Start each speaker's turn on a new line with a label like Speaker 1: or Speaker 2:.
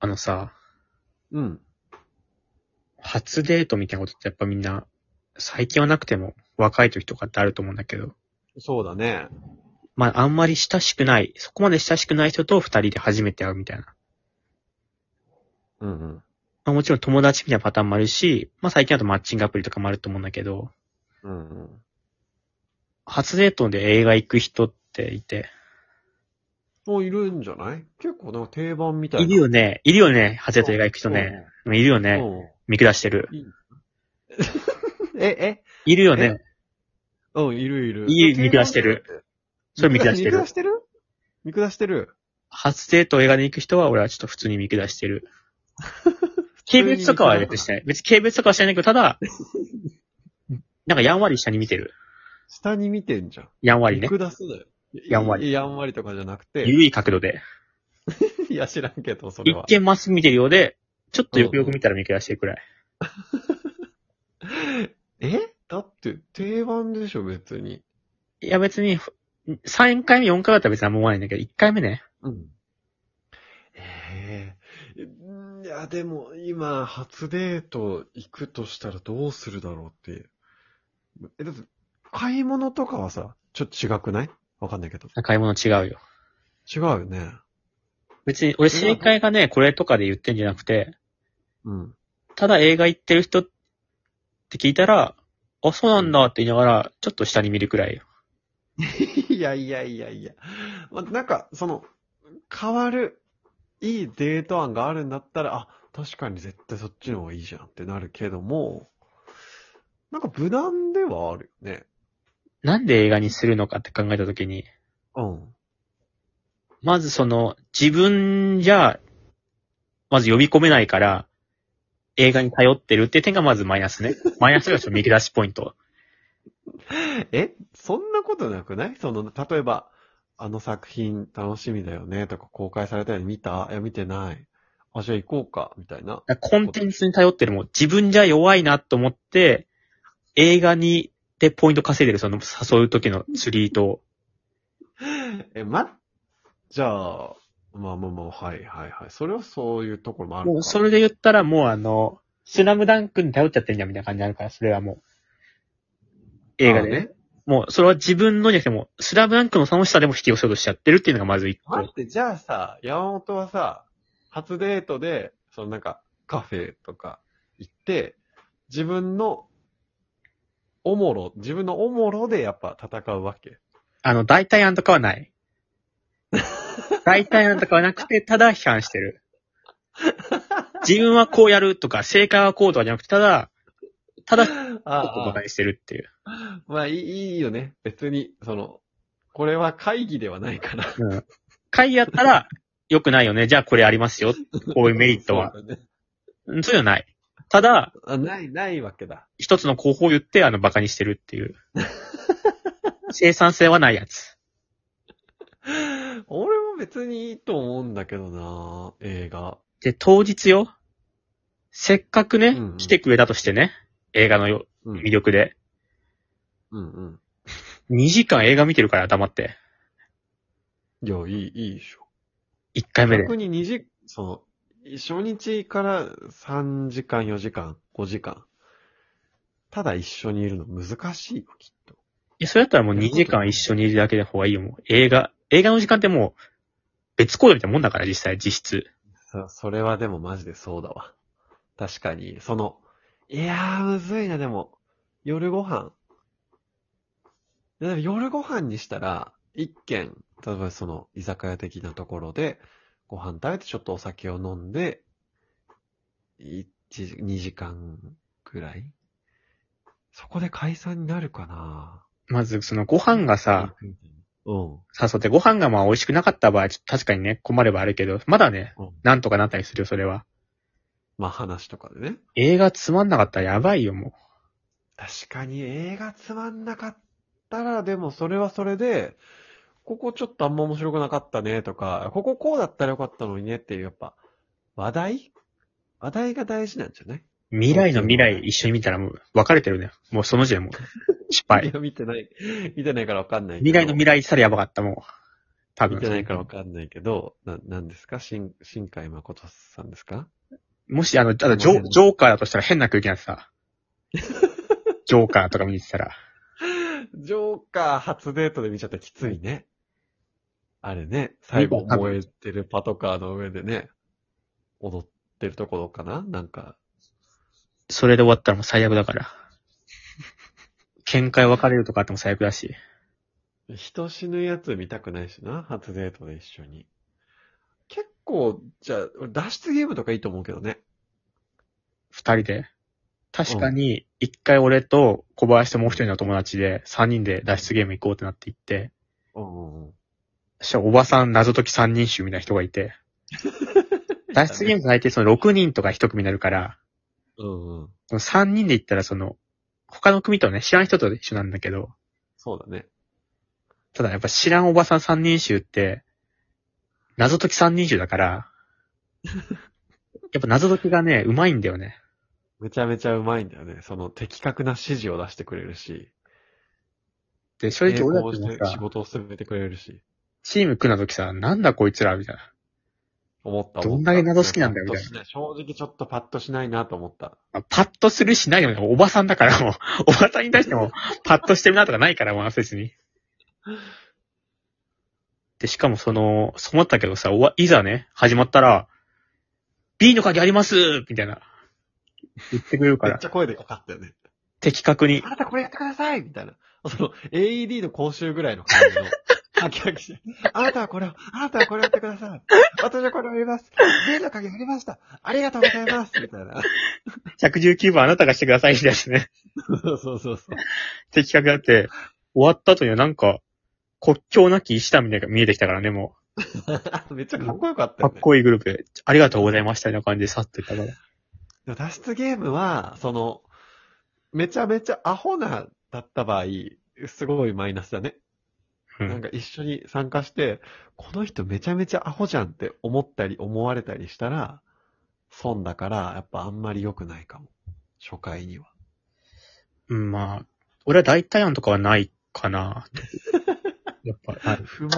Speaker 1: あのさ、
Speaker 2: うん。
Speaker 1: 初デートみたいなことってやっぱみんな、最近はなくても若い時とかってあると思うんだけど、
Speaker 2: そうだね。
Speaker 1: まああんまり親しくない、そこまで親しくない人と二人で初めて会うみたいな。
Speaker 2: うんうん。
Speaker 1: まあもちろん友達みたいなパターンもあるし、まあ最近だとマッチングアプリとかもあると思うんだけど、
Speaker 2: うんうん。
Speaker 1: 初デートで映画行く人っていて、
Speaker 2: もういるんじゃない結構なんか定番みたいな。
Speaker 1: いるよね、いるよね、初デート映画行く人ね。いるよ
Speaker 2: うん。
Speaker 1: ね、
Speaker 2: うん
Speaker 1: 見下してる。
Speaker 2: え、え
Speaker 1: いるよね、
Speaker 2: うん、いるいる。
Speaker 1: いい見下してる。それ見下して
Speaker 2: 見
Speaker 1: る
Speaker 2: 下。してる見下してる。
Speaker 1: 初デート映画に行く人は俺はちょっと普通に見下して る。軽蔑とかは別にしてない。別に軽蔑とかはしてないけど、ただ、なんかやんわり下に見てる。
Speaker 2: 下に見てんじゃん。
Speaker 1: やんわり
Speaker 2: 見
Speaker 1: ね。
Speaker 2: 下すだよ。
Speaker 1: やんわり
Speaker 2: いやんわりとかじゃなくて。
Speaker 1: 緩い角度で。
Speaker 2: いや、知らんけど、それ
Speaker 1: 一
Speaker 2: は。
Speaker 1: 見まっすぐ見てるようで、ちょっとよくよく見たら見下してるくらい。
Speaker 2: えだって、定番でしょ、別に。
Speaker 1: いや別に、3回目、4回目だったら別にあんま思わないんだけど、1回目ね。
Speaker 2: うん。ええうんいや、でも今、初デート行くとしたらどうするだろうって。え、だって、買い物とかはさ、ちょっと違くないわかんないけど。
Speaker 1: 買い物違うよ。
Speaker 2: 違うよね。
Speaker 1: 別に、俺正解がね、これとかで言ってんじゃなくて、
Speaker 2: うん。
Speaker 1: ただ映画行ってる人って聞いたら、あ、そうなんだって言いながら、ちょっと下に見るくらいよ。
Speaker 2: いやいやいやいや。まあ、なんか、その、変わる、いいデート案があるんだったら、あ、確かに絶対そっちの方がいいじゃんってなるけども、なんか無難ではあるよね。
Speaker 1: なんで映画にするのかって考えたときに、
Speaker 2: うん。
Speaker 1: まずその、自分じゃ、まず呼び込めないから、映画に頼ってるって点がまずマイナスね。マイナスがちょっと見出しポイント。
Speaker 2: え、そんなことなくないその、例えば、あの作品楽しみだよねとか公開されたよね見たいや、見てない。あ、じゃあ行こうか、みたいな。
Speaker 1: だからコンテンツに頼ってるも、自分じゃ弱いなと思って、映画に、でポイント稼いでる、その誘う時の釣り糸を。
Speaker 2: え、ま、じゃあ、まあまあまあ、はいはいはい。それはそういうところもある
Speaker 1: も
Speaker 2: の
Speaker 1: う
Speaker 2: か。
Speaker 1: それで言ったらもうあの、スラムダンクに頼っちゃってるじゃんみたいな感じになるから、それはもう。映画で、ね。
Speaker 2: ね。
Speaker 1: もう、それは自分のじゃなくても、スラムダンクの楽しさでも否定をしようとしちゃってるっていうのがまず一個。
Speaker 2: 待って、じゃあさ、山本はさ、初デートで、そのなんか、カフェとか行って、自分の、おもろ、自分のおもろでやっぱ戦うわけ。
Speaker 1: あの、代替案とかはない。代替案とかはなくて、ただ批判してる。自分はこうやるとか、正解はこうとかじゃなくて、ただ、ただ、こ
Speaker 2: あ
Speaker 1: とばかりしてるっていう。
Speaker 2: まあいいいいよね。別に、その、これは会議ではないから。
Speaker 1: うん。会やったら、良くないよね。じゃあこれありますよ。こういうメリットは。
Speaker 2: そうだね
Speaker 1: うんそういうのはない。ただ、
Speaker 2: あない、ないわけだ。
Speaker 1: 一つの候補を言って、あの、馬鹿にしてるっていう。生産性はないやつ。
Speaker 2: 俺も別にいいと思うんだけどな映画。
Speaker 1: で、当日よ。せっかくね、
Speaker 2: うんうん
Speaker 1: 来てくれたとしてね。映画のよ
Speaker 2: うん。
Speaker 1: 魅力で。
Speaker 2: うんうん。
Speaker 1: 2時間映画見てるから黙って。
Speaker 2: いや、いい、いいでしょ。
Speaker 1: 1回目で。
Speaker 2: 逆に2時、その、初日から3時間、4時間、5時間。ただ一緒にいるの難しいよ、きっと。
Speaker 1: いや、それだったらもう2時間一緒にいるだけの方がいいよ、もう。映画、映画の時間ってもう、別行動みたいなもんだから、実際、実質。
Speaker 2: そそれはでもマジでそうだわ。確かに、その、いやー、むずいな、でも、夜ご飯。でも夜ご飯にしたら、一軒、例えばその、居酒屋的なところで、ご飯食べてちょっとお酒を飲んで、1時、2時間くらいそこで解散になるかな
Speaker 1: まず、そのご飯がさ、
Speaker 2: うん。
Speaker 1: 誘ってご飯がまあ美味しくなかった場合、ちょっと確かにね、困ればあるけど、まだね
Speaker 2: うん、
Speaker 1: なんとかなったりするよ、それは。
Speaker 2: まあ話とかでね。
Speaker 1: 映画つまんなかったらやばいよ、も。
Speaker 2: 確かに映画つまんなかったら、でもそれはそれで、ここちょっとあんま面白くなかったねとか、こここうだったらよかったのにねっていう、やっぱ、話題話題が大事なんじゃないう
Speaker 1: 未来の未来一緒に見たらもう、別れてるね。もうその時点でもう、失
Speaker 2: い
Speaker 1: 敗。
Speaker 2: や、見てない。見てないからわかんないけ
Speaker 1: 未
Speaker 2: ど。
Speaker 1: 来の未来したらやばかった、もう。多
Speaker 2: 見
Speaker 1: 分。
Speaker 2: てないからわかんないけど、な、なんですか新、新海誠さんですか
Speaker 1: もし、あの、あとジョージョーカーだとしたら変な空気になってさ。ジョーカーとか見に行ってたら。
Speaker 2: ジョーカー初デートで見ちゃったらきついね。あれね、最後
Speaker 1: 見た
Speaker 2: 燃えてるパトカーの上でね、踊ってるところかななんか、
Speaker 1: それで終わったらもう最悪だから。見解分かれるとかあっても最悪だし。
Speaker 2: 人死ぬやつ見たくないしな、初デートで一緒に。結構、じゃあ、俺脱出ゲームとかいいと思うけどね。
Speaker 1: 二人で。確かに、一回俺と小林ともう一人の友達で、三人で脱出ゲーム行こうってなって行って、
Speaker 2: うんうんうん。
Speaker 1: そしたらおばさん謎解き三人衆みたいな人がいて、脱出ゲーム大体その6人とか一組になるから、
Speaker 2: うんうん。
Speaker 1: その三人で行ったらその、他の組とね、知らん人と一緒なんだけど、
Speaker 2: そうだね。
Speaker 1: ただやっぱ知らんおばさん三人衆って、謎解き三人衆だ から、やっぱ謎解きがね、うまいんだよね。
Speaker 2: めちゃめちゃうまいんだよね。その的確な指示を出してくれるし、
Speaker 1: で、正直俺だ
Speaker 2: 並行
Speaker 1: っ
Speaker 2: して
Speaker 1: も
Speaker 2: て
Speaker 1: さ
Speaker 2: 仕、事を進めてくれるし、
Speaker 1: チーム組んだ時さ、なんだこいつらみたいな。
Speaker 2: 思った思った
Speaker 1: どんだけ謎好きなんだよ
Speaker 2: パッと
Speaker 1: みたい
Speaker 2: しない正直ちょっとパッとしないなと思った。
Speaker 1: まあパッとするしないでもね、おばさんだからもう、 おばさんに対しても、パッとしてるなとかないから、もう別に。で、しかもその、そう思ったけどさ、おわいざね、始まったら、B の鍵ありますみたいな。言ってくれるか
Speaker 2: めっ
Speaker 1: ら
Speaker 2: ち、ゃ声でかかったよね。
Speaker 1: 的確に
Speaker 2: あ、なたこれやってくださいみたいな。その、AED の講習ぐらいの感じの。ハキハキ して。あなたはこれを、あなたはこれをやってください。私はこれをやります。例の鍵ありました。ありがとうございます。みたいな。
Speaker 1: 119番あなたがしてくださいみたいなね。
Speaker 2: そうそうそう。
Speaker 1: 的確だって、終わった後にはなんか、国境なき石田みたいなのが見えてきたからね、も
Speaker 2: めっちゃかっこよかっ
Speaker 1: う。
Speaker 2: た
Speaker 1: か
Speaker 2: よ
Speaker 1: っ
Speaker 2: ね。
Speaker 1: こいいグループで、ありがとうございましたみたいな感じで去ってったから。
Speaker 2: でも脱出ゲームは、その、めちゃめちゃアホなだった場合、すごいマイナスだね。
Speaker 1: う
Speaker 2: なん
Speaker 1: ん。
Speaker 2: か一緒に参加して、この人めちゃめちゃアホじゃんって思ったり思われたりしたら、損だから、やっぱあんまり良くないかも。初回には。
Speaker 1: うん、まあ、俺は大体案とかはないかな。やっぱ、はい
Speaker 2: 不毛。